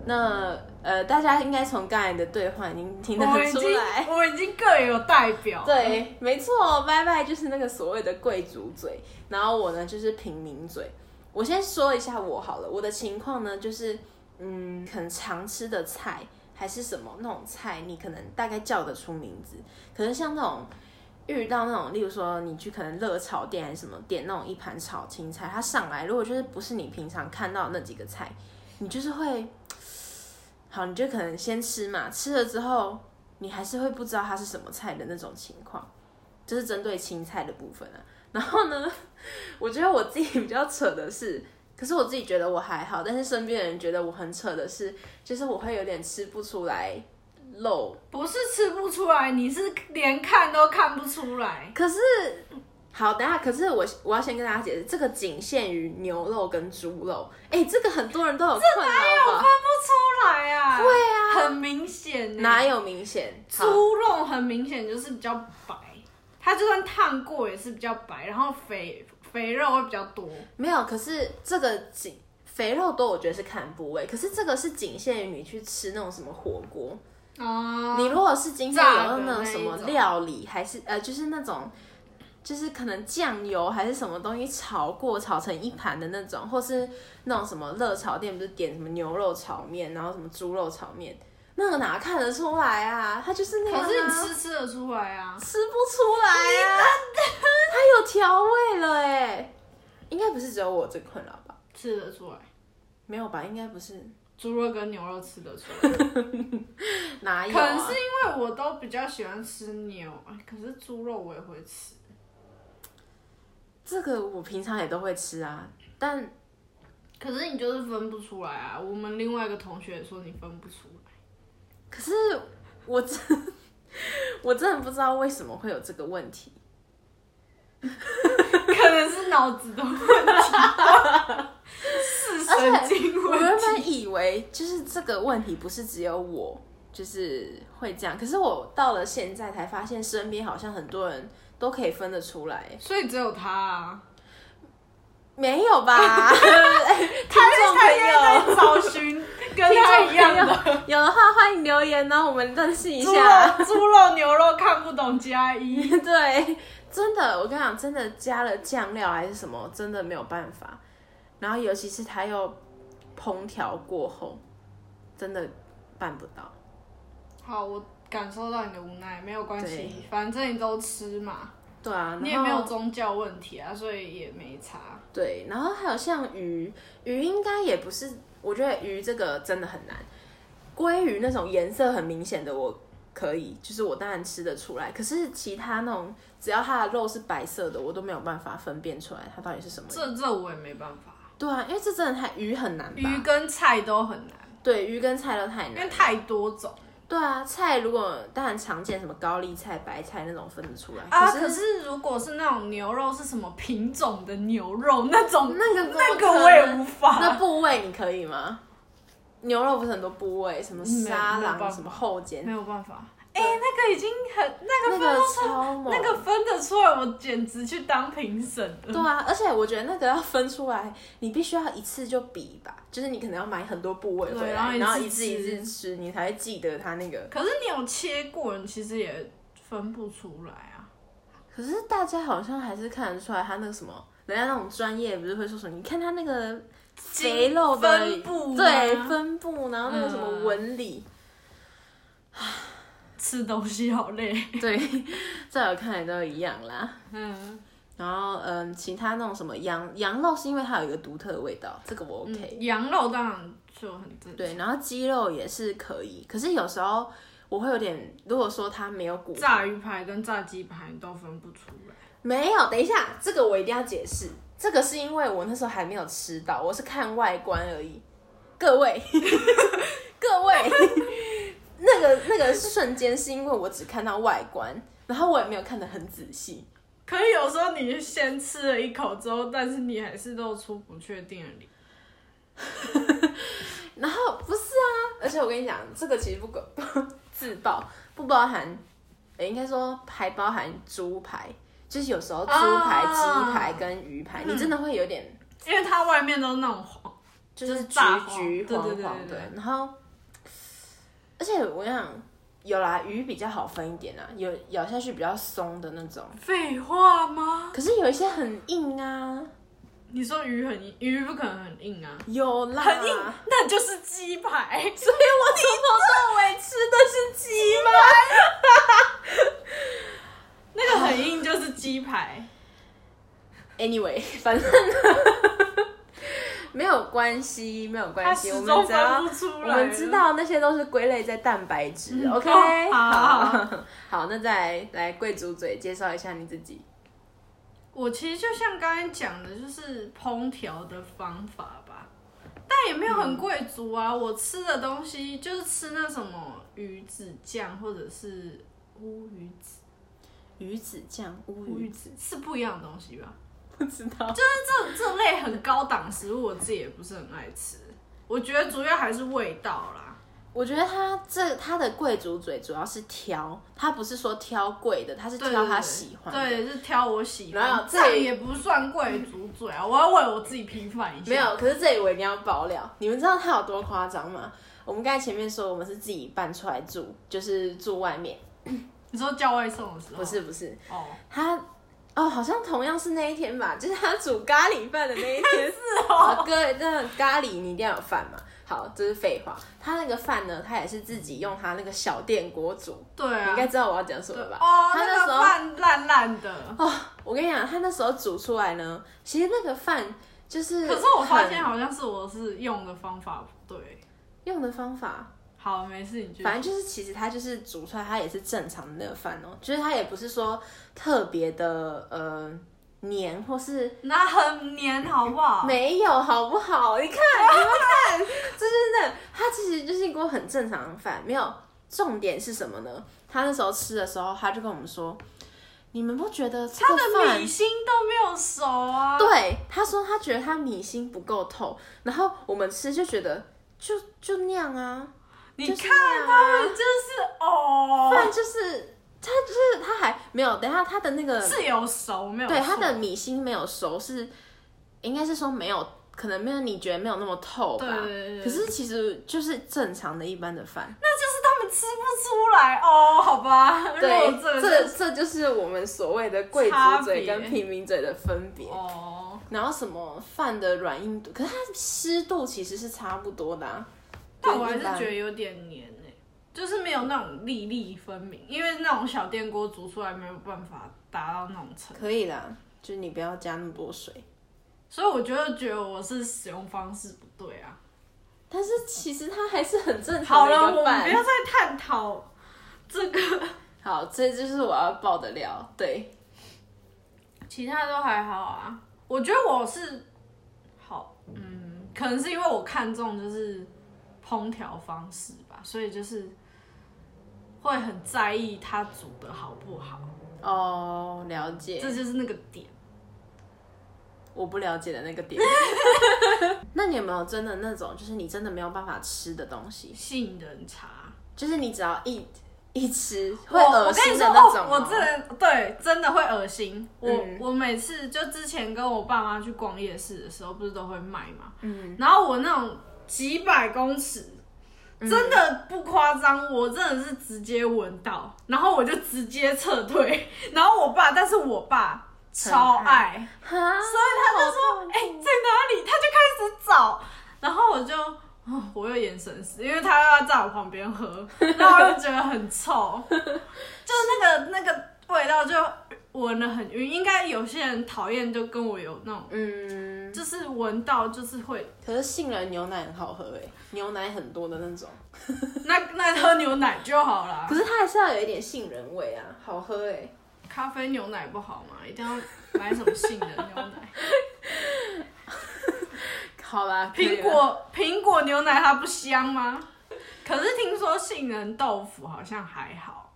Speaker 2: 那呃，大家应该从刚才的对话已经听得
Speaker 1: 我们已
Speaker 2: 出
Speaker 1: 经
Speaker 2: 来，
Speaker 1: 我们已经各有代表。，
Speaker 2: 对，没错，拜拜就是那个所谓的贵族嘴，然后我呢就是平民嘴。我先说一下我好了，我的情况呢就是，嗯，可能常吃的菜还是什么那种菜，你可能大概叫得出名字。可是像那种遇到那种，例如说你去可能热炒店还是什么点那种一盘炒青菜，它上来如果就是不是你平常看到的那几个菜，你就是会，好，你就可能先吃嘛，吃了之后你还是会不知道它是什么菜的那种情况，这是针对青菜的部分啊。然后呢， 我觉得我自己比较扯的是，可是我自己觉得我还好，但是身边的人觉得我很扯的是，就是我会有点吃不出来肉。
Speaker 1: 不是吃不出来，你是连看都看不出来。
Speaker 2: 可是，好，等一下，可是我我要先跟大家解释，这个仅限于牛肉跟猪肉。哎、这个很多人都有困扰
Speaker 1: 看
Speaker 2: 吧？
Speaker 1: 不出来啊！对啊，很明显、欸。
Speaker 2: 哪有明显？好
Speaker 1: 猪肉很明显就是比较白，它就算烫过也是比较白，然后肥肥肉会比较多。
Speaker 2: 没有，可是这个仅肥肉多，我觉得是看部位。可是这个是仅限于你去吃那种什么火锅。
Speaker 1: 哦，
Speaker 2: 你如果是今天
Speaker 1: 炸
Speaker 2: 有
Speaker 1: 的
Speaker 2: 那种
Speaker 1: 那一
Speaker 2: 什么
Speaker 1: 种
Speaker 2: 料理，还是呃，就是那种，就是可能酱油还是什么东西炒过，炒成一盘的那种，或是那种什么热炒店不是点什么牛肉炒面，然后什么猪肉炒面，那个哪看得出来啊？它就是那样、啊，
Speaker 1: 可是你吃吃得出来啊。
Speaker 2: 吃不出来啊， 它有调味了哎、应该不是只有我这个困扰吧？
Speaker 1: 吃得出来，
Speaker 2: 没有吧？应该不是，
Speaker 1: 猪肉跟牛肉吃得出来，
Speaker 2: 哪有、
Speaker 1: 可
Speaker 2: 啊？
Speaker 1: 能是因为我都比较喜欢吃牛，哎可是猪肉我也会吃。
Speaker 2: 这个我平常也都会吃啊，但
Speaker 1: 可是你就是分不出来啊！我们另外一个同学也说你分不出来，
Speaker 2: 可是我真 我真的不知道为什么会有这个问 题。
Speaker 1: 可能是脑子的问题吧， 是神经
Speaker 2: 我
Speaker 1: 问
Speaker 2: 原
Speaker 1: 题。
Speaker 2: 本以为就是这个问题不是只有我就是会这样，可是我到了现在才发现，身边好像很多人都可以分得 出来，
Speaker 1: 所以只有他、啊，
Speaker 2: 没有吧？听众
Speaker 1: 他现在
Speaker 2: 朋
Speaker 1: 在找寻跟
Speaker 2: 友，
Speaker 1: 他一样的 啊
Speaker 2: 听众朋友， 有的话欢迎留言，然后我们认识一
Speaker 1: 猪
Speaker 2: 下。
Speaker 1: 肉、 猪肉、牛肉看不懂加一。
Speaker 2: 对，真的，我跟你讲，真的加了酱料还是什么，真的没有办法。然后尤其是它又烹调过后，真的办不到。
Speaker 1: 好，我感受到你的无奈，没有关
Speaker 2: 对
Speaker 1: 系，反正你都吃嘛，
Speaker 2: 对啊，
Speaker 1: 你也
Speaker 2: 然
Speaker 1: 没
Speaker 2: 后
Speaker 1: 有宗教问题啊，所以也没差。
Speaker 2: 对，然后还有像鱼，鱼应该也不是，我觉得鱼这个真的很难。鲑鱼那种颜色很明显的，我可以，就是我当然吃得出来。可是其他那种，只要它的肉是白色的，我都没有办法分辨出来它到底是什么。
Speaker 1: 这这我也没办法，
Speaker 2: 对啊，因为这真的太鱼很难
Speaker 1: 鱼
Speaker 2: 吧？
Speaker 1: 跟菜都很难，
Speaker 2: 对，鱼跟菜都太
Speaker 1: 因
Speaker 2: 难
Speaker 1: 为。太多种
Speaker 2: 对啊，菜如果当然常见什么高丽菜、白菜那种分得出来，
Speaker 1: 啊。可
Speaker 2: 可是
Speaker 1: 是如果是那种牛肉是什么品种的牛肉那种，
Speaker 2: 那个
Speaker 1: 那个我也无
Speaker 2: 那
Speaker 1: 法。
Speaker 2: 部位你可以吗？牛肉不是很多部位，什么
Speaker 1: 没有
Speaker 2: 沙
Speaker 1: 没有办
Speaker 2: 朗、
Speaker 1: 法
Speaker 2: 什么后肩
Speaker 1: 没，有办法，哎、那个已经很那
Speaker 2: 那
Speaker 1: 个
Speaker 2: 个
Speaker 1: 分
Speaker 2: 超猛。
Speaker 1: 那个分得出来，我简直去当评审
Speaker 2: 对
Speaker 1: 了。
Speaker 2: 啊，而且我觉得那个要分出来，你必须要一次就比吧，就是你可能要买很多部位
Speaker 1: 对
Speaker 2: 回来，
Speaker 1: 然后一
Speaker 2: 然后
Speaker 1: 次
Speaker 2: 一次一
Speaker 1: 吃
Speaker 2: 次吃，你才会记得它那个。
Speaker 1: 可是你有切过，你其实也分不出来啊。
Speaker 2: 可是大家好像还是看得出来，它那个什么，人家那种专业不是会说什么？你看它那个肥肉的
Speaker 1: 分布
Speaker 2: 对
Speaker 1: 吗
Speaker 2: 分布，然后那个什么
Speaker 1: 嗯
Speaker 2: 纹理，
Speaker 1: 吃东西好累。
Speaker 2: 对，在我看来都一样啦。
Speaker 1: 嗯，
Speaker 2: 然后嗯，其他那种什么羊羊肉是因为它有一个独特的味道，这个我 OK。
Speaker 1: 嗯羊肉当然就很正常。
Speaker 2: 对，然后鸡肉也是可以，可是有时候我会有点，如果说它没有骨，
Speaker 1: 炸鱼排跟炸鸡排你都分不出来。
Speaker 2: 没有，等一下，这个我一定要解释。这个是因为我那时候还没有吃到，我是看外观而已。各位， 各位，那个那个瞬间是因为我只看到外观，然后我也没有看得很仔细。
Speaker 1: 可以有时候你先吃了一口之后，但是你还是露出不确定的脸。
Speaker 2: 然后不是啊，而且我跟你讲，这个其实不够 自爆，不包含，呃，应该说还包含猪排，就是有时候猪排、鸡、
Speaker 1: 啊
Speaker 2: 排跟鱼排，你真的会有点
Speaker 1: 因为它外面都是那种黄，
Speaker 2: 就是
Speaker 1: 嗯是
Speaker 2: 橘
Speaker 1: 炸黄
Speaker 2: 橘
Speaker 1: 对
Speaker 2: 黄
Speaker 1: 对对
Speaker 2: 黄的
Speaker 1: 对对，
Speaker 2: 然后，而且我想有啦，鱼比较好分一点啊，有咬下去比较松的那种，
Speaker 1: 废话吗？
Speaker 2: 可是有一些很硬啊，
Speaker 1: 你说鱼很硬，鱼不可能很硬啊，
Speaker 2: 有啦，
Speaker 1: 很硬，那就是鸡排。
Speaker 2: 所以我从头到尾吃的是鸡吗？
Speaker 1: 那个很硬就是鸡排，
Speaker 2: Anyway，反 正没有关系，没有
Speaker 1: 它
Speaker 2: 关系，我
Speaker 1: 始
Speaker 2: 们
Speaker 1: 终
Speaker 2: 只要
Speaker 1: 分不出
Speaker 2: 我
Speaker 1: 来。
Speaker 2: 们知，道那些都是归类在蛋白质。
Speaker 1: 嗯
Speaker 2: OK，、
Speaker 1: 哦好
Speaker 2: 好 好那再来来贵族嘴介绍一下你自己。
Speaker 1: 我其实就像刚才讲的，就是烹调的方法吧，但也没有很贵族啊。我吃的东西就是吃那什么鱼子酱或者是乌鱼子，
Speaker 2: 鱼子酱乌
Speaker 1: 乌
Speaker 2: 鱼
Speaker 1: 鱼子是不一样的东西吧？
Speaker 2: 不知道，
Speaker 1: 这这类很高档食物，我自己也不是很爱吃。我觉得主要还是味道啦。
Speaker 2: 我觉得他这他的贵族嘴主要是挑，他不是说挑贵的，他是
Speaker 1: 对
Speaker 2: 挑他
Speaker 1: 对对
Speaker 2: 喜欢的。
Speaker 1: 对，是挑我喜
Speaker 2: 然后
Speaker 1: 欢，
Speaker 2: 这
Speaker 1: 这样也不算贵族嘴啊。我要为我自己平反一下。
Speaker 2: 没有，可是这里我一定要爆料，你们知道他有多夸张吗？我们刚才前面说我们是自己搬出来住，就是住外面，
Speaker 1: 你说叫外送的时候
Speaker 2: 不是不是，
Speaker 1: 哦，
Speaker 2: 他哦，好像同样是那一天吧， 就是他煮咖喱饭的那 一天。是哦，哥，那咖喱你一定要有饭嘛。好，这是废话。他那个饭呢，他也是自己用他那个小电锅煮。
Speaker 1: 对
Speaker 2: 你
Speaker 1: 啊
Speaker 2: 应，该知道我要讲什么吧？
Speaker 1: 哦，
Speaker 2: 他那
Speaker 1: 那
Speaker 2: 时
Speaker 1: 个
Speaker 2: 候
Speaker 1: 饭烂烂的。
Speaker 2: 哦，我跟你讲，他那时候煮出来呢，其实那个饭就是，
Speaker 1: 可是我发现好像是我是用的方法不对。
Speaker 2: 用的方法
Speaker 1: 好，没事，你就
Speaker 2: 反正就是，其实它就是煮出来，它也是正常的那个饭哦、就是它也不是说特别的呃黏或是
Speaker 1: 那很黏，好不好？
Speaker 2: 没有，好不好？你看，你们 看，就是那它其实就是一锅很正常的饭，没有重点是什么呢？他那时候吃的时候，他就跟我们说，你们不觉得这
Speaker 1: 它
Speaker 2: 个
Speaker 1: 的
Speaker 2: 饭
Speaker 1: 米心都没有熟啊。
Speaker 2: 对，他说他觉得他米心不够透，然后我们吃就觉得就就那样啊，
Speaker 1: 你
Speaker 2: 就是
Speaker 1: 看
Speaker 2: 那样啊
Speaker 1: 他们就是
Speaker 2: 不
Speaker 1: 哦，
Speaker 2: 然就是他就是他还没有，等一下他的那个
Speaker 1: 是有熟没有错？
Speaker 2: 对它的米心没有熟是，应该是说没有，可能没有你觉得没有那么透吧。
Speaker 1: 对对对对
Speaker 2: 可是其实就是正常的一般的饭。
Speaker 1: 那就是他们吃不出来哦，好吧？如
Speaker 2: 对
Speaker 1: 果，这个
Speaker 2: 这
Speaker 1: 是
Speaker 2: 这就是我们所谓的贵
Speaker 1: 差
Speaker 2: 族嘴
Speaker 1: 别
Speaker 2: 跟平民嘴的分别。
Speaker 1: 哦，
Speaker 2: 然后什么饭的软硬度，可是它湿度其实是差不多的、啊。
Speaker 1: 但我还是
Speaker 2: 一般
Speaker 1: 觉得有点黏诶、就是没有那种粒粒分明，因为那种小电锅煮出来没有办法达到那种程度，
Speaker 2: 可以啦，就是你不要加那么多水。
Speaker 1: 所以我就觉得我是使用方式不对啊。
Speaker 2: 但是其实它还是很正
Speaker 1: 好
Speaker 2: 常
Speaker 1: 了，
Speaker 2: 的一
Speaker 1: 我
Speaker 2: 个
Speaker 1: 们不
Speaker 2: 饭。
Speaker 1: 要再探讨这个，
Speaker 2: 好，这就是我要爆的料。对，
Speaker 1: 其他都还好啊。我觉得我是好，嗯，可能是因为我看重就是烹调方式吧，所以就是会很在意它煮的好不好，
Speaker 2: 哦，了解，
Speaker 1: 这就是那个点。
Speaker 2: 我不了解的那个 点。那你有没有真的那种，就是你真的没有办法吃的东西，
Speaker 1: 杏仁茶，
Speaker 2: 就是你只要一一吃
Speaker 1: 我
Speaker 2: 会
Speaker 1: 我
Speaker 2: 恶
Speaker 1: 跟
Speaker 2: 心
Speaker 1: 你
Speaker 2: 的
Speaker 1: 说
Speaker 2: 那
Speaker 1: 哦
Speaker 2: 种，
Speaker 1: 我
Speaker 2: 哦
Speaker 1: 真的对真的会恶心。我、
Speaker 2: 嗯
Speaker 1: 我每次就之前跟我爸妈去逛夜市的时候，不是都会卖嘛，
Speaker 2: 嗯，
Speaker 1: 然后我那种几百公尺。
Speaker 2: 嗯
Speaker 1: 真的不夸张，我真的是直接闻到，然后我就直接撤退。 然后我爸，但是我爸超
Speaker 2: 很
Speaker 1: 爱，
Speaker 2: 哈，
Speaker 1: 所以他就说：“哎、在哪里？”他就开始找，然后我就，哦、我有眼神死，因为他要在我旁边 喝，然后我就觉得很臭，就是那个那个味道就闻得很晕。应该有些人讨厌，就跟我有那种，
Speaker 2: 嗯，
Speaker 1: 就是闻到就是会，
Speaker 2: 可是杏仁牛奶很好喝诶，牛奶很多的那种，
Speaker 1: 那那喝牛奶就好啦
Speaker 2: 可。是它还是要有一点杏仁味啊，好喝诶。
Speaker 1: 哎咖啡牛奶不好吗？一定要买什么杏仁牛奶？
Speaker 2: 好啦，可以
Speaker 1: 苹
Speaker 2: 啦
Speaker 1: 果苹果牛奶它不香吗？可是听说杏仁豆腐好像还好。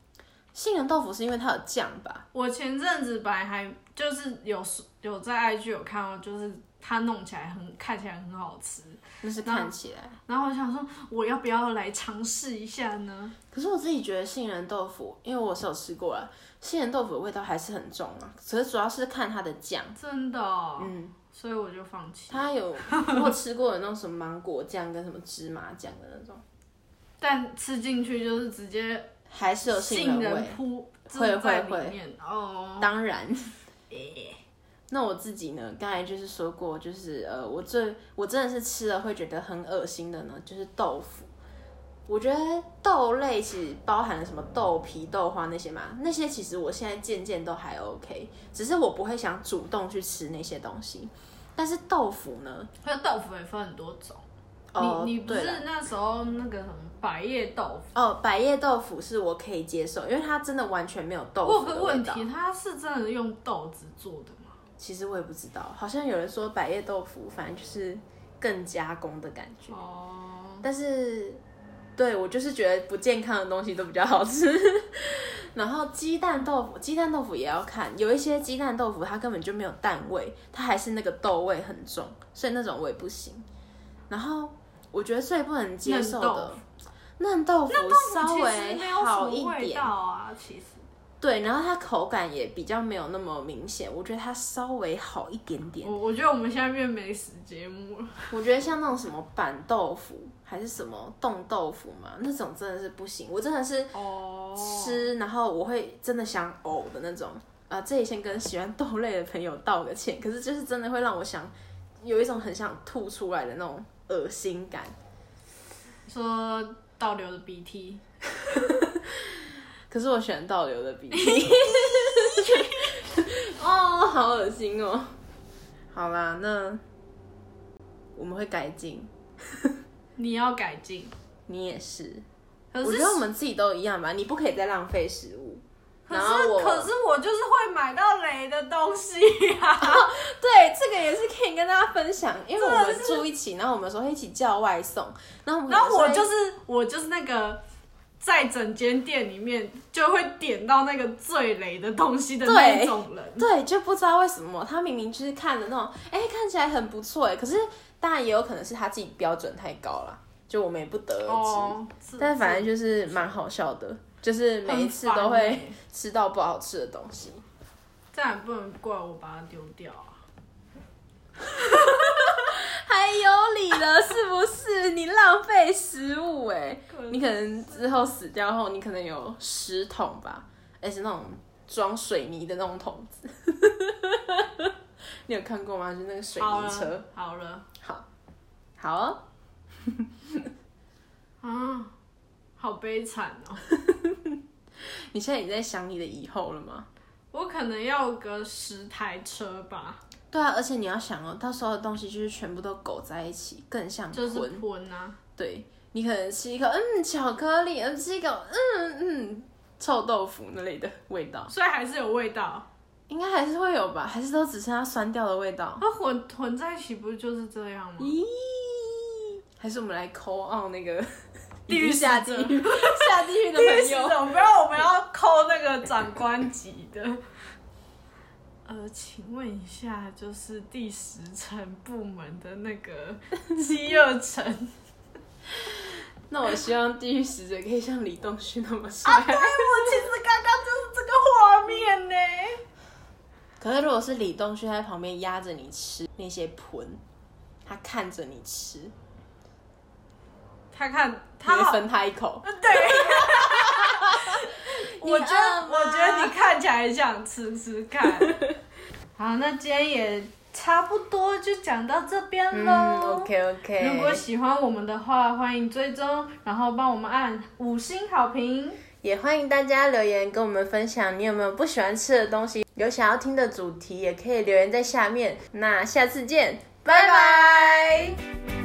Speaker 2: 杏仁豆腐是因为它有酱吧？
Speaker 1: 我前阵子本来还就是有有在 IG 有看到，就是它弄起来很看起来很好吃，
Speaker 2: 那是
Speaker 1: 那
Speaker 2: 看起来。
Speaker 1: 然后我想说我要不要来尝试一下呢？
Speaker 2: 可是我自己觉得杏仁豆腐，因为我是有吃过啦，杏仁豆腐的味道还是很重啊。只是主要是看它的酱，
Speaker 1: 真的哦、
Speaker 2: 嗯，
Speaker 1: 所以我就放弃。
Speaker 2: 它有我有吃过有那种什么芒果酱跟什么芝麻酱的那种，
Speaker 1: 但吃进去就是直接
Speaker 2: 还是有
Speaker 1: 杏
Speaker 2: 杏仁味
Speaker 1: 仁。扑就
Speaker 2: 会
Speaker 1: 是在
Speaker 2: 会
Speaker 1: 里面哦。
Speaker 2: 当 然，
Speaker 1: 诶
Speaker 2: 那我自己呢，刚才就是说过，就是呃，我最我真的是吃了会觉得很恶心的呢，就是豆腐。我觉得豆类其实包含了什么豆皮、豆花那些嘛，那些其实我现在渐渐都还 OK，只是我不会想主动去吃那些东西。但是豆腐呢？
Speaker 1: 还有豆腐也分很多种，
Speaker 2: 哦，
Speaker 1: 你你不
Speaker 2: 对
Speaker 1: 是
Speaker 2: 啦
Speaker 1: 那时候那个什么百叶豆腐？
Speaker 2: 哦，百叶豆腐是我可以接受，因为它真的完全没有豆
Speaker 1: 我有
Speaker 2: 腐
Speaker 1: 个
Speaker 2: 的
Speaker 1: 问
Speaker 2: 味道。
Speaker 1: 题，它是真的用豆子做的吗？
Speaker 2: 其实我也不知道，好像有人说百叶豆腐反正就是更加工的感觉。
Speaker 1: 哦，
Speaker 2: 但是对我就是觉得不健康的东西都比较好吃。 然后鸡蛋豆腐，鸡蛋豆腐也要看，有一些鸡蛋豆腐它根本就没有蛋味，它还是那个豆味很重，所以那种我也不行。然后我觉得最不能接受的嫩豆腐稍
Speaker 1: 其实
Speaker 2: 微
Speaker 1: 没有什
Speaker 2: 好
Speaker 1: 么
Speaker 2: 一
Speaker 1: 味
Speaker 2: 点
Speaker 1: 道，啊，其实
Speaker 2: 对，然后它口感也比较没有那么明显，我觉得它稍微好一点点。
Speaker 1: 我我觉得我们现在变美食节目了，
Speaker 2: 我觉得像那种什么板豆腐还是什么冻豆腐嘛，那种真的是不行，我真的是
Speaker 1: 哦，
Speaker 2: 吃，然后我会真的想呕的那种。啊、这里先跟喜欢豆类的朋友道个歉，可是就是真的会让我想有一种很想吐出来的那种恶心感。
Speaker 1: 说倒流的鼻涕，
Speaker 2: 可是我喜欢倒流的鼻 涕，哦，好恶心哦。好啦，那我们会改进，
Speaker 1: 你要改进。
Speaker 2: 你也是。
Speaker 1: 可
Speaker 2: 我
Speaker 1: 是
Speaker 2: 觉得我们自己都一样吧，你不可以再浪费食物。
Speaker 1: 可
Speaker 2: 然后
Speaker 1: 是
Speaker 2: 我
Speaker 1: 可是我就是会买到雷的东西啊呀、
Speaker 2: 对，这个也是可以跟大家分享，因为我
Speaker 1: 真
Speaker 2: 们住一起，然后我们说会一起叫外送，然后我们
Speaker 1: 然后我
Speaker 2: 可能
Speaker 1: 就
Speaker 2: 会
Speaker 1: 是我就是那个。在整间店里面，就会点到那个最雷的东西的那
Speaker 2: 对
Speaker 1: 种 人，
Speaker 2: 对，就不知道为什么他明明就是看的那种，哎、看起来很不错哎，可是当然也有可能是他自己标准太高了，就我们也不得而知。
Speaker 1: 哦，
Speaker 2: 但反
Speaker 1: 正
Speaker 2: 正就是蛮好笑的，就是每一次都会吃到不好吃的东西。
Speaker 1: 这样也不能怪我把它丢掉啊。
Speaker 2: 还有理了，是不是？你浪费食物哎、你可能之后死掉后，你可能有十桶吧，而且那种装水泥的那种桶子， 你有看过吗？就是那个水
Speaker 1: 好
Speaker 2: 泥啊
Speaker 1: 了
Speaker 2: 车。，
Speaker 1: 好了，
Speaker 2: 好哦，
Speaker 1: 啊，好悲惨哦！
Speaker 2: 你现在也在想你的以后了吗？
Speaker 1: 我可能要个十台车吧，
Speaker 2: 对啊，而且你要想哦，到时候的东西就是全部都苟在一起，更像
Speaker 1: 就是
Speaker 2: 魂。
Speaker 1: 混啊，
Speaker 2: 对你可能吃一口，嗯，巧克力，嗯，吃一口，嗯嗯，臭豆腐那类的味道，
Speaker 1: 所以还是有味道。
Speaker 2: 应该还是会有吧？还是都只剩下酸掉的味道？
Speaker 1: 它混混在一起不就是这样吗？
Speaker 2: 咦，还是我们来抠奥那 个
Speaker 1: 地狱
Speaker 2: 已经下地
Speaker 1: 使者
Speaker 2: 狱 下地狱的朋友？
Speaker 1: 怎么不要我们要抠那个长官级的？ 呃，请问一下，就是第十层部门的那个 饥饿城，
Speaker 2: 那我希望地狱使者可以像李栋旭那么帅。
Speaker 1: 啊我其实刚刚就是这个画面呢。
Speaker 2: 可是如果是李栋旭在旁边压着你吃那些盆，他看着你吃，你
Speaker 1: 他看他
Speaker 2: 会
Speaker 1: 好，
Speaker 2: 分他一口。
Speaker 1: 对，我觉
Speaker 2: 饿
Speaker 1: 得
Speaker 2: 吗
Speaker 1: 我觉得你看起来很想吃吃 看。好，那今天也差不多就讲到这边喽。
Speaker 2: 嗯，OK OK。
Speaker 1: 如果喜欢我们的话，欢迎追踪，然后帮我们按五星好评。
Speaker 2: 也欢迎大家留言跟我们分享你有没有不喜欢吃的东西，有想要听的主题也可以留言在下面。那下次见，拜拜